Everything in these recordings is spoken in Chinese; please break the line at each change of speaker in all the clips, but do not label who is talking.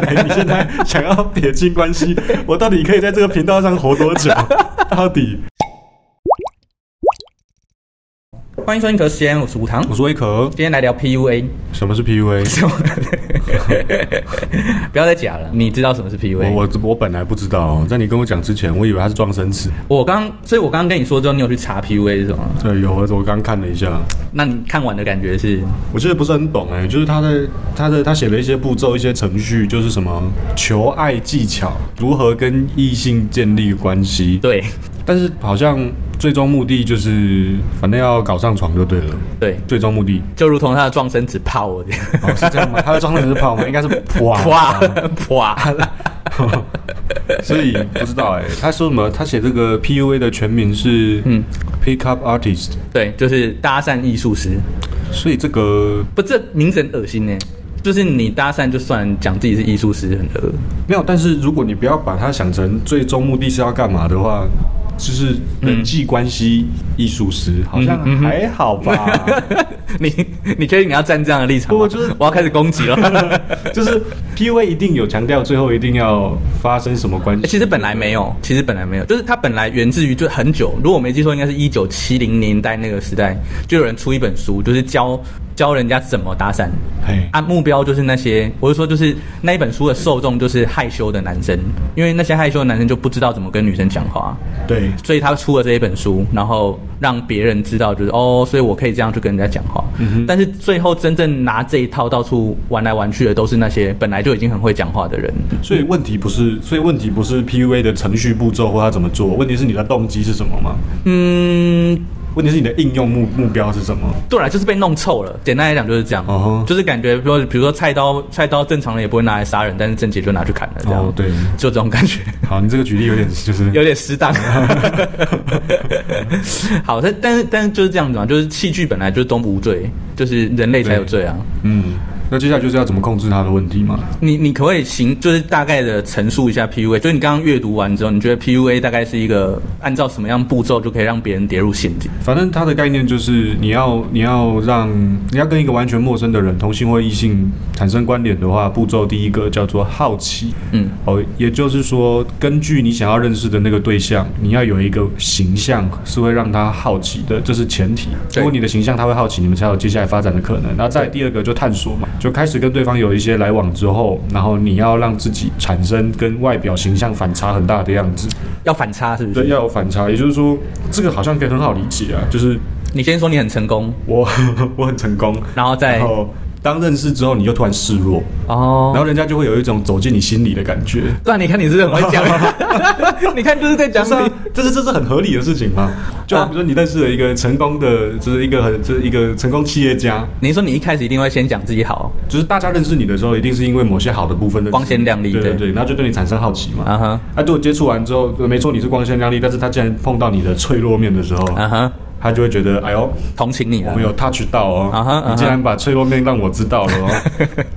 来 你现在想要撇清关 系，我到底可以在这个频道上活多久？ 到底？
欢迎收听《可实验》，我是吴糖。
我说一壳，
今天来聊 PUA，
什么是 PUA？
不要再假了。你知道什么是 PUA？
我
我
我我本来不知道，哦在你跟我讲之前，我以为它是撞生词。
我刚，所以我刚刚跟你说之后，你有去查 PUA 是什么吗？
对，有，我刚看了一下，
那你看完的感觉是？
我其实不是很懂哎、就是他在他的他写了一些步骤、一些程序，就是什么求爱技巧，如何跟异性建立关系，
对，
但是好像最终目的就是反正要搞上床就对了，
对，
最终目的。
就如同他的撞生子泡我这样，
哦，是这样吗？他的装成是泡吗？应该是 哇
啪啪，
所以不知道哎、他说什么？他写这个 PUA 的全名是嗯
嗯
，Pickup Artist，
对，就是搭讪艺术师。
所以这个
不，这名字很恶心呢、就是你搭讪就算讲自己是艺术师，很恶。
没有。但是如果你不要把它想成最终目的是要干嘛的话，就是人际关系艺术师，
嗯
好像还好吧。
你你确定你要站这样的立场吗？
我就是
我要开始攻击 了。
就是 PUA 一定有强调最后一定要发生什么关系。
欸其实本来没有，其实本来没有，就是它本来源自于就很久，如果我没记错，应该是一九七零年代那个时代，就有人出一本书，就是教教人家怎么搭讪。
嘿，
啊，目标就是那些，我是说，就是那一本书的受众就是害羞的男生，因为那些害羞的男生就不知道怎么跟女生讲话，
对，
所以他出了这一本书，然后让别人知道，就是哦，所以我可以这样去跟人家讲话。但是最后真正拿这一套到处玩来玩去的，都是那些本来就已经很会讲话的人。
所以问题不是，所以问题不是 PUA 的程序步骤或它怎么做，问题是你的动机是什么吗？
嗯，
问题是你的应用目目标是什么？
对啊啦，就是被弄臭了。简单来讲就是这样
哦吼
就是感觉，比如说比如说菜刀，菜刀正常人也不会拿来杀人，但是郑杰就拿去砍了，这样、
哦对
就这种感觉，
好，你这个举例有点就是
有点失当。 好，但但是但是就是这样子嘛，就是器具本来就是都无罪，就是人类才有罪啊。
嗯，那接下来就是要怎么控制它的问题嘛？
你你可不可以行，就是大概的陈述一下 PUA？就是你刚刚阅读完之后，你觉得 PUA 大概是一个按照什么样步骤就可以让别人跌入陷阱？
反正它的概念就是你要你要让你要跟一个完全陌生的人，同性或异性产生关联的话，步骤第一个叫做好奇。
嗯，
哦，也就是说，根据你想要认识的那个对象，你要有一个形象是会让他好奇的，这是前提。
对
如果你的形象他会好奇，你们才有接下来发展的可能。那再第二个就探索嘛，就开始跟对方有一些来往之后，然后你要让自己产生跟外表形象反差很大的样子，
要反差是不
对，
是？
要有反差。也就是说，这个好像可以很好理解啊，就是
你先说你很成功，
我 我很成功，
然后再
然后当认识之后，你就突然示弱，
哦
然后人家就会有一种走进你心里的感觉。
那你看你是很会讲， 你看就是啊在讲
不是啊
你。，
这是这是很合理的事情嘛？就好比如说你认识了一个成功的，就是一个很就是一个成功企业家，
你说你一开始一定会先讲自己好，
就是大家认识你的时候，一定是因为某些好的部分的
光鲜亮丽
对对
对
对，然后就对你产生好奇嘛。
啊哈，
啊，对我接触完之后，呃没错你是光鲜亮丽，但是他竟然碰到你的脆弱面的时候，
啊哈，
他就会觉得，哎呦，
同情你啊
我们，有 touch 到哦
啊哈啊哈
你竟然把脆弱面让我知道了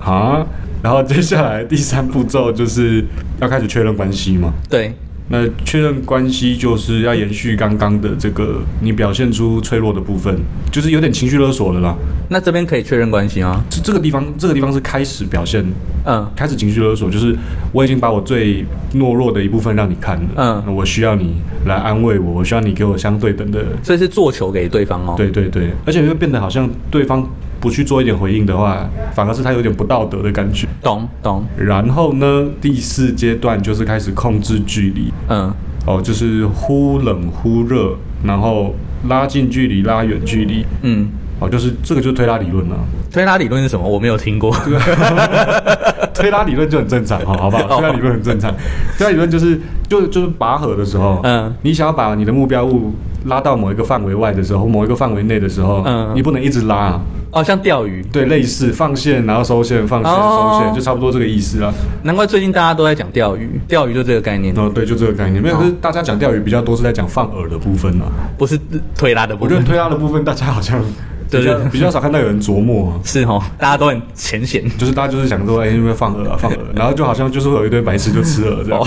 哦，啊，然后接下来第三步骤就是要开始确认关系嘛。
对，
那确认关系就是要延续刚刚的这个，你表现出脆弱的部分，就是有点情绪勒索了啦。
那这边可以确认关系吗？
这这个地方，这个地方是开始表现，
嗯，
开始情绪勒索，就是我已经把我最懦弱的一部分让你看了，
嗯
那我需要你来安慰我，我需要你给我相对等的，
所以是做球给对方哦。，
对对对，而且会变得好像对方不去做一点回应的话，反而是他有点不道德的感觉。
懂懂，
然后呢，第四阶段就是开始控制距离，
嗯，
哦，就是忽冷忽热，然后拉近距离、拉远距离，
嗯，
哦，就是这个就是推拉理论了、
推拉理论是什么？我没有听过。
推拉理论就很正常，好好不 好？推拉理论很正常，推拉理论就是就就是拔河的时候，
嗯
你想要把你的目标物拉到某一个范围外的时候，某一个范围内的时候，
嗯
你不能一直拉、啊，
哦，像钓鱼，
对，类似放线然后收线，放线、
哦
收线，就差不多这个意思啊。
难怪最近大家都在讲钓鱼，钓鱼就这个概念，
哦，对，就这个概念。没有，
哦
就是大家讲钓鱼比较多是在讲放饵的部分啊。
不是推拉的部
我觉得
分。
推拉的部分大家好像比较
对对
比较少看到有人琢磨、啊。
是哦，大家都很浅 显。
就是大家就是想说，哎、因为放饵啊，放饵，然后就好像就是会有一堆白痴就吃饵这样。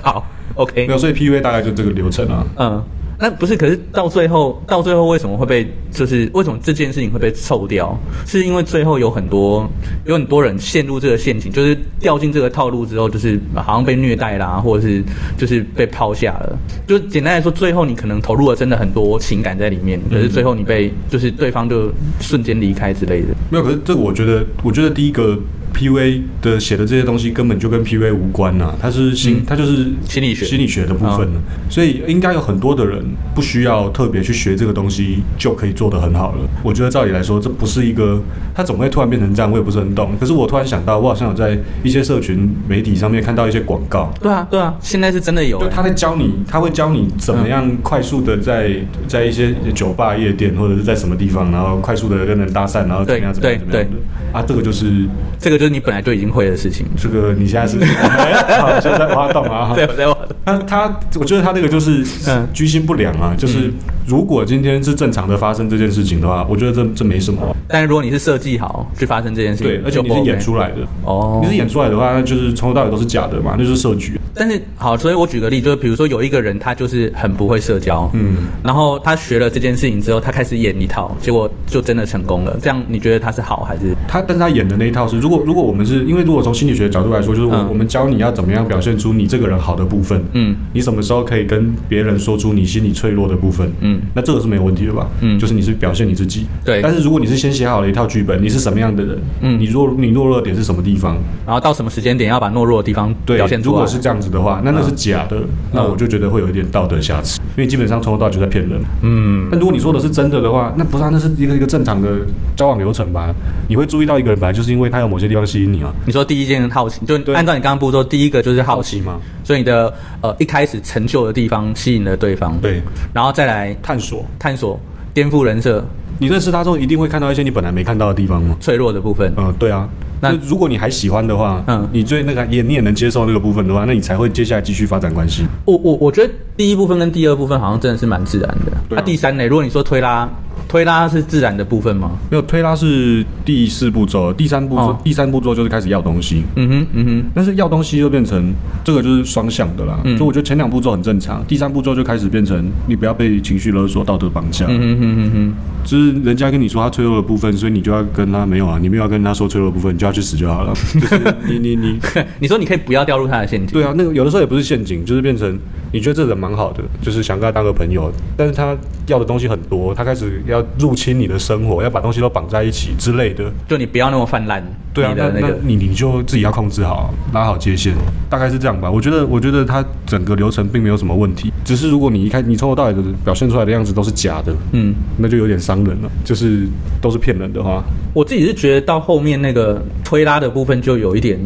好
没
，OK，
有，所以 PUA 大概就这个流程啊。
嗯，那不是，可是到最后，到最后为什么会被，就是为什么这件事情会被臭掉？是因为最后有很多有很多人陷入这个陷阱，就是掉进这个套路之后，就是好像被虐待啦，或者是就是被抛下了。就简单来说，最后你可能投入了真的很多情感在里面，
嗯
可是最后你被就是对方就瞬间离开之类的。
没有，可是这个我觉得，我觉得第一个 PUA 的写的这些东西根本就跟 PUA 无关呐、它是心，它就是
嗯心理学嗯
心理学的部分、呢。啊所以应该有很多的人不需要特别去学这个东西就可以做得很好了。我觉得照理来说，这不是一个，它怎么会突然变成这样，我也不是很懂。可是我突然想到，我好像有在一些社群媒体上面看到一些广告，
对啊，对啊，现在是真的有、
对，
欸
他。在教你，他会教你怎么样快速的在在一些酒吧、夜店或者是在什么地方，然后快速的跟人搭讪，然后怎么样怎么样
对
怎么样
对
的。啊，这个就是
这个就是你本来就已经会的 事情。
这个你现在是好现在在挖洞啊。
对，我在我
那他，我觉得他那个就是
嗯
居心不良啊，就是如果今天是正常的发生这件事情的话，我觉得这这没什么。
但是如果你是设计好去发生这件事情，
对，而且
嗯就
你
不
是
OK
演出来的，
哦，
你是演出来的话，那就是从头到尾都是假的嘛，那就是设局。啊
但是好，所以我举个例，就是比如说有一个人他就是很不会社交，嗯，然后他学了这件事情之后，他开始演一套，结果就真的成功了。这样你觉得他是好还是？
他，但是他演的那一套是，如果如果我们是因为如果从心理学的角度来说，就是我、
嗯
我们教你要怎么样表现出你这个人好的部分，
嗯，
你什么时候可以跟别人说出你心里脆弱的部分，
嗯，
那这个是没有问题的吧，
嗯
就是你是表现你自己，
对
但是如果你是先写好了一套剧本，你是什么样的人，
嗯
你弱你懦弱的点是什么地方，
然后到什么时间点要把懦弱的地方
对
表现，
如
出来
果？是这样子的话，那那是假的，那我就觉得会有一点道德瑕疵，因为基本上从头到尾就在骗人。嗯，但如果你说的是真的的话，那不是、啊，那是一个一个正常的交往流程吧？你会注意到一个人，本来就是因为他有某些地方吸引你啊。
你说第一件好奇，就
对
按照你刚刚步骤，第一个就是好奇
好奇嘛，
所以你的呃一开始成就的地方吸引了对方，，
对，
然后再来
探索，
探索颠覆人设
你认识他之后，一定会看到一些你本来没看到的地方吗？
脆弱的部分，
嗯，对啊。
那
那如果你还喜欢的话，
嗯
嗯，你对那个也你也能接受那个部分的话，那你才会接下来继续发展关系。
我我我觉得第一部分跟第二部分好像真的是蛮自然的。那、
对啊
第三呢？如果你说推拉，推拉是自然的部分吗？
没有推拉是第四步骤，第三步骤、
哦
第三步骤就是开始要东西。
嗯哼，嗯哼，
但是要东西就变成这个就是双向的啦，所以我觉得前两步骤很正常，第三步骤就开始变成你不要被情绪勒索、道德绑架，
嗯哼哼哼哼。
就是人家跟你说他脆弱的部分，所以你就要跟他没有啊，你没有要跟他说脆弱的部分，你就要去死就好了。就是你你你，
你说你可以不要掉入他的陷阱。
对啊，那个有的时候也不是陷阱，就是变成你觉得这人蛮好的，就是想跟他当个朋友，但是他要的东西很多，他开始要入侵你的生活，要把东西都绑在一起之类的。
就你不要那么泛滥。
对啊，
你
那
的那
那
个。
你你就自己要控制好，拉好界限，大概是这样吧。我觉得，我觉得它整个流程并没有什么问题，只是如果你一开你从头到尾的表现出来的样子都是假的，
嗯，
那就有点伤人了。就是都是骗人的话，
我自己是觉得到后面那个推拉的部分就有一点，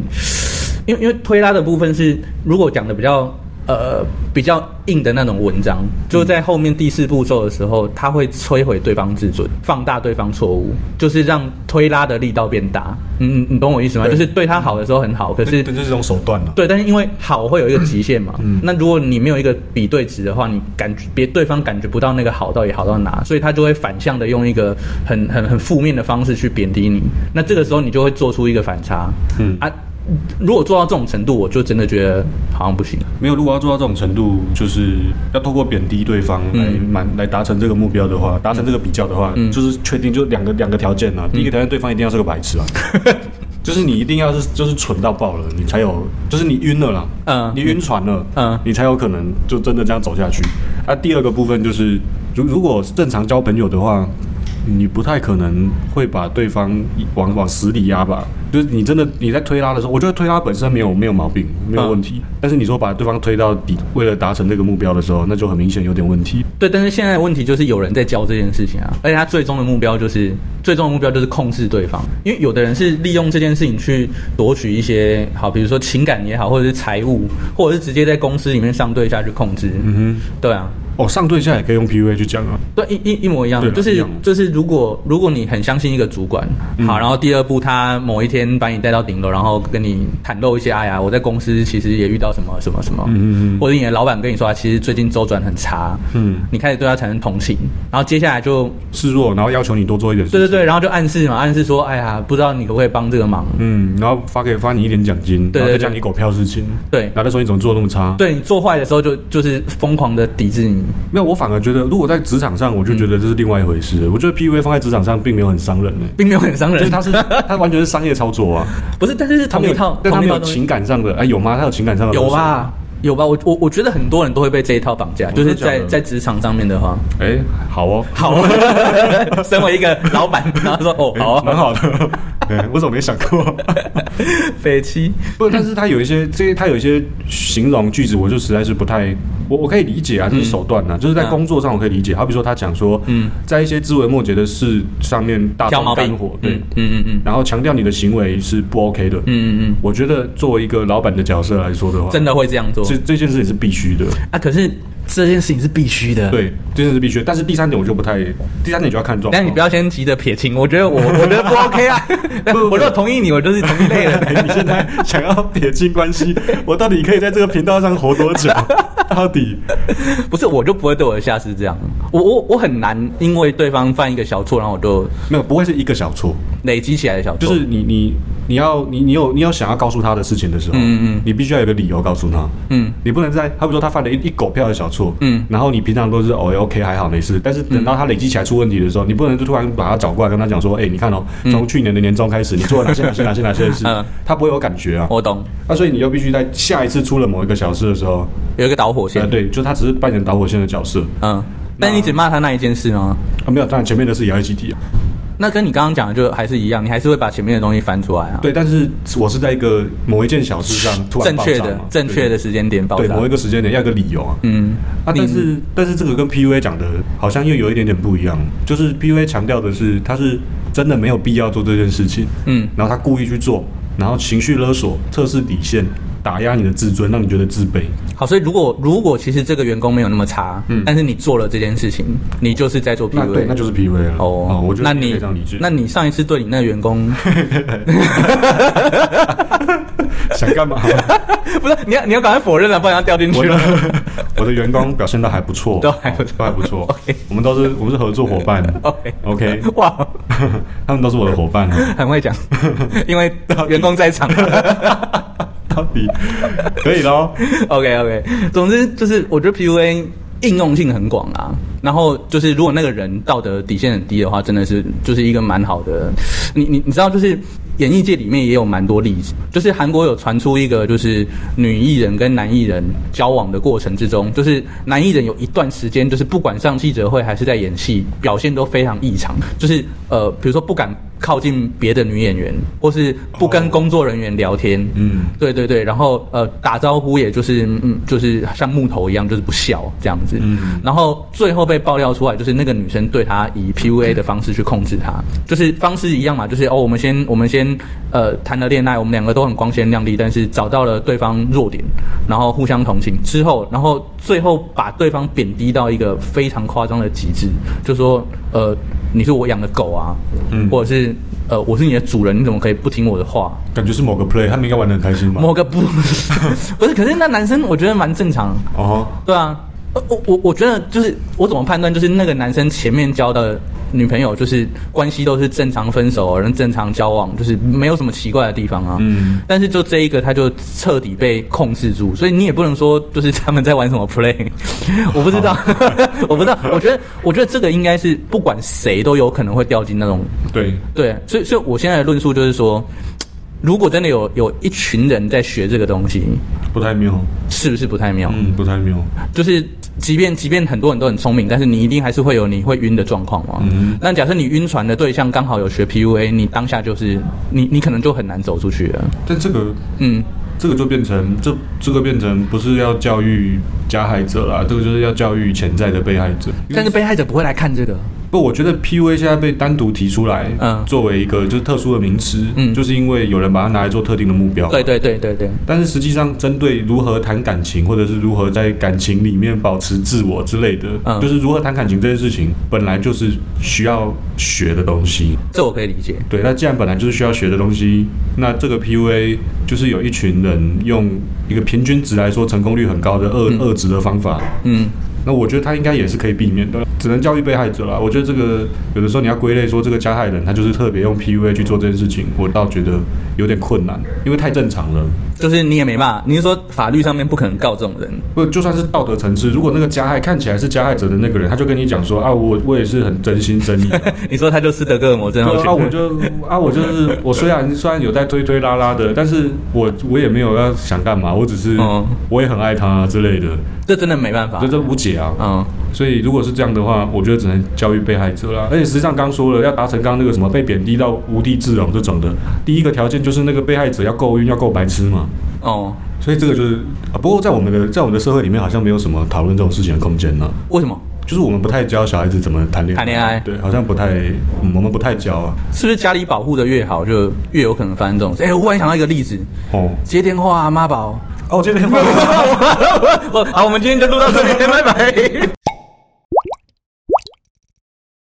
因为因为推拉的部分是如果讲的比较呃比较硬的那种文章，就在后面第四步骤的时候，它会摧毁对方自尊，放大对方错误，就是让推拉的力道变大。嗯，你懂我意思吗？
对
就是对他好的时候很好，可是
这是一种手段了、
对，但是因为好会有一个极限嘛，那如果你没有一个比对值的话，你感觉别对方感觉不到那个好到底好到哪，所以他就会反向的用一个很很很负面的方式去贬低你。那这个时候你就会做出一个反差，嗯啊，如果做到这种程度，我就真的觉得好像不行。
没有，如果要做到这种程度，就是要透过贬低对方来满、来达成这个目标的话，达成这个比较的话，就是确定就两个两个条件啊。第一个条件，对方一定要是个白痴啊，就是你一定要是就是蠢到爆了，你才有，就是你晕了啦，
嗯
你晕船了，
嗯
你才有可能就真的这样走下去。啊，第二个部分就是，如如果是正常交朋友的话。你不太可能会把对方往往死里压吧？就是你真的你在推拉的时候，我觉得推拉本身没有没有毛病，没有
嗯
问题。但是你说把对方推到底，为了达成这个目标的时候，那就很明显有点问题。
对，但是现在的问题就是有人在教这件事情啊，而且他最终的目标就是最终的目标就是控制对方，因为有的人是利用这件事情去夺取一些好，比如说情感也好，或者是财务，或者是直接在公司里面上对下去控制。嗯哼，对啊，
哦，上对下也可以用 PUA 去讲啊。
对，一一一模一样，
对啦
就
一
是
样嗯
就是，如果如果你很相信一个主管，好，然后第二步他某一天把你带到顶楼，然后跟你袒露一些，哎呀，我在公司其实也遇到什么什么什么，嗯嗯，或者你的老板跟你说，他其实最近周转很差，嗯
嗯，
你开始对他产生同情，然后接下来就
示弱，然后要求你多做一点事
对
情。
对对，然后就暗示嘛，暗示说，哎呀，不知道你可不可以帮这个忙，
嗯，然后发给发你一点奖金，
对对
然后再
对
讲你狗票事情，
对
然后再说你怎么做那么差。
对你做坏的时候就就是疯狂的抵制你，
没有，我反而觉得，如果在职场上，我就觉得这是另外一回事
嗯
了。我觉得 PUA 放在职场上并没有很伤人呢、欸
并没有很伤
就
人
是，他是他完全是商业操作 啊，
不是，但是是
他
同
没
一
有
套，，
但他
同
没
一套
有
东西
情感上的，哎，有吗？他有情感上的
有啊
东西？
吧？有吧？我我我觉得很多人都会被这一套绑架，就
真的
是
假的
在在职场上面的话，
哎， 好哦，
好， 身为一个老板，然后说哦
哎
好啊，
蛮好的，哎，我怎么没想过？ 嗯
飞机，
不，但是他有一些这些，他有一些形容句子，我就实在是不太，我我可以理解啊，这是手段啊，
嗯
就是在工作上我可以理解。好比说他讲说，嗯，在一些枝微末节的事上面大
挑毛
动
病
肝火，对，
嗯嗯嗯
然后强调你的行为是不 OK 的。
嗯嗯
我觉得作为一个老板的角色来说的话，
嗯，真的会这样做
这这件事情是必须的，
啊？可是这件事情是必须的，。
对，这件事是必须的。但是第三点我就不太，第三点就要看状况。
但你 不要先急着撇清，我觉得我我觉得不 OK 啊。 我如果同意你，我就是同一 类人。
哎你现在想要撇清关系，我到底可以在这个频道上活多久？ 到底
不是，我就不会对我的下司这样。我我我很难，因为对方犯一个小错，然后我就
没有，不会是一个小错，
累积起来的小错。
就是你你你要你你有你有想要告诉他的事情的时候，嗯嗯，你必须要有个理由告诉他，
嗯，
你不能在他比如说他犯了一一狗票的小错，
嗯，
然后你平常都是哦 OK 还好没事，但是等到他累积起来出问题的时候，
嗯
你不能就突然把他找过来跟他讲说，哎、你看哦，从去年的年终开始，你做了哪些哪些哪些哪些事
嗯，哦
他不会有感觉啊，
我懂，
那、所以你又必须在下一次出了某一个小事的时候，
有一个导火线。
呃，对，就他只是扮演导火线的角色
嗯，但你只骂他那一件事吗？
啊，没有，当然前面的事也要一起提啊，
那跟你刚刚讲的就还是一样，你还是会把前面的东西翻出来啊。
对，但是我是在一个某一件小事上突然
正
爆
确
炸
的
嘛
正
对
确的时间点爆
对
炸。
某一个时间点要有一个理由啊。
嗯，
啊，
你
但是但是这个跟 PUA 讲的好像又有一点点不一样，就是 PUA 强调的是他是真的没有必要做这件事情，
嗯，
然后他故意去做，然后情绪勒索、测试底线、打压你的自尊，让你觉得自卑。
好，所以如果如果其实这个员工没有那么差，但是你做了这件事情，你就是在做
嗯那对，那
PUA。
就是 PUA 了。
哦，
我觉
那
得可以
你
这样理解。
那你上一次对你那个员工，
想干 嘛？
不是你要你要赶快否认啊了，不然要掉进去
我
了。
的我的员工表现的还不错，
都还不错哦
都还不 错。我们都是我们是合作伙伴
OK
，OK，
哇，
他们都是我的伙 伴哦。
很 会讲，因为员工在场。
到底可以喽？
OK OK，总之就是我觉得 PUA 应用性很广啊。然后就是如果那个人道德底线很低的话，真的是就是一个蛮好的。你你你知道，就是演艺界里面也有蛮多例子，就是韩国有传出一个就是女艺人跟男艺人交往的过程之中，就是男艺人有一段时间就是不管上记者会还是在演戏，表现都非常异常，就是呃比如说不敢靠近别的女演员，或是不跟
哦
工作人员聊天，
嗯，
对对对，然后呃，打招呼也就是嗯，就是像木头一样，就是不笑这样子。
嗯
然后最后被爆料出来，就是那个女生对他以 PUA 的方式去控制他，就是方式一样嘛，就是哦，我们先我们先呃谈了恋爱，我们两个都很光鲜亮丽，但是找到了对方弱点，然后互相同情之后，然后最后把对方贬低到一个非常夸张的极致，就说呃，你是我养的狗啊，
嗯
或者是呃我是你的主人，你怎么可以不听我的话？
感觉是某个 play，他们应该玩的很开心吧？
某个不不是，可是那男生我觉得蛮正常，
哦，
对啊，呃我我我觉得就是我怎么判断，就是那个男生前面交的女朋友就是关系都是正常分手，人正常交往，就是没有什么奇怪的地方啊。
嗯，
但是就这一个他就彻底被控制住，所以你也不能说就是他们在玩什么 play，我 不知道， 我不知道，我觉得我觉得这个应该是不管谁都有可能会掉进那种
对，
对，所以所以我现在的论述就是说，如果真的有有一群人在学这个东西，
不太妙，
是不是不太妙？
嗯，不太妙，
就是即便即便很多人都很聪明，但是你一定还是会有你会晕的状况嘛。
嗯
那假设你晕船的对象刚好有学 PUA，你当下就是你你可能就很难走出去了。
但这个
嗯，
这个就变成这这个变成不是要教育加害者啦，这个就是要教育潜在的被害者。
但是被害者不会来看这个。
不，我觉得 PUA 现在被单独提出来，
嗯
作为一个就是特殊的名词，
嗯
就是因为有人把它拿来做特定的目标。
对。对对对对，
但是实际上，针对如何谈感情，或者是如何在感情里面保持自我之类的，
嗯
就是如何谈感情这件事情，本来就是需要学的东西。
这我可以理解。
对，那既然本来就是需要学的东西，那这个 PUA 就是有一群人用一个平均值来说成功率很高的二、二值的方法，
嗯，
那我觉得他应该也是可以避免的，只能教育被害者啦。我觉得这个有的时候你要归类说这个加害人他就是特别用 PUA 去做这件事情，我倒觉得有点困难，因为太正常了。
就是你也没办法，你是说法律上面不可能告这种人？
不，就算是道德层次，如果那个加害看起来是加害者的那个人，他就跟你讲说啊，我我也是很真心真意、啊，
你说他就斯德哥尔摩症候
对
群？
啊，我就啊，我就是我虽然虽然有在推推拉拉的，但是我我也没有要想干嘛，我只是、
嗯
我也很爱他、之类的，
这真的没办法
这。这无解啊。
嗯，
所以如果是这样的话，我觉得只能教育被害者啦。而且实际上刚说了，要达成刚刚那个什么被贬低到无地自容这种的，第一个条件就是那个被害者要够晕，要够白痴嘛。
哦，
所以这个就是啊，不过在我们的在我们的社会里面，好像没有什么讨论这种事情的空间呢、
为什么？
就是我们不太教小孩子怎么谈恋爱，
谈恋爱
对，好像不太，嗯我们不太教啊。
是不是家里保护的越好，就越有可能发生这种事？哎、我忽然想到一个例子，
哦，
接电 话啊，妈宝。
哦，这边
我好，我们今天就录到这里，拜拜。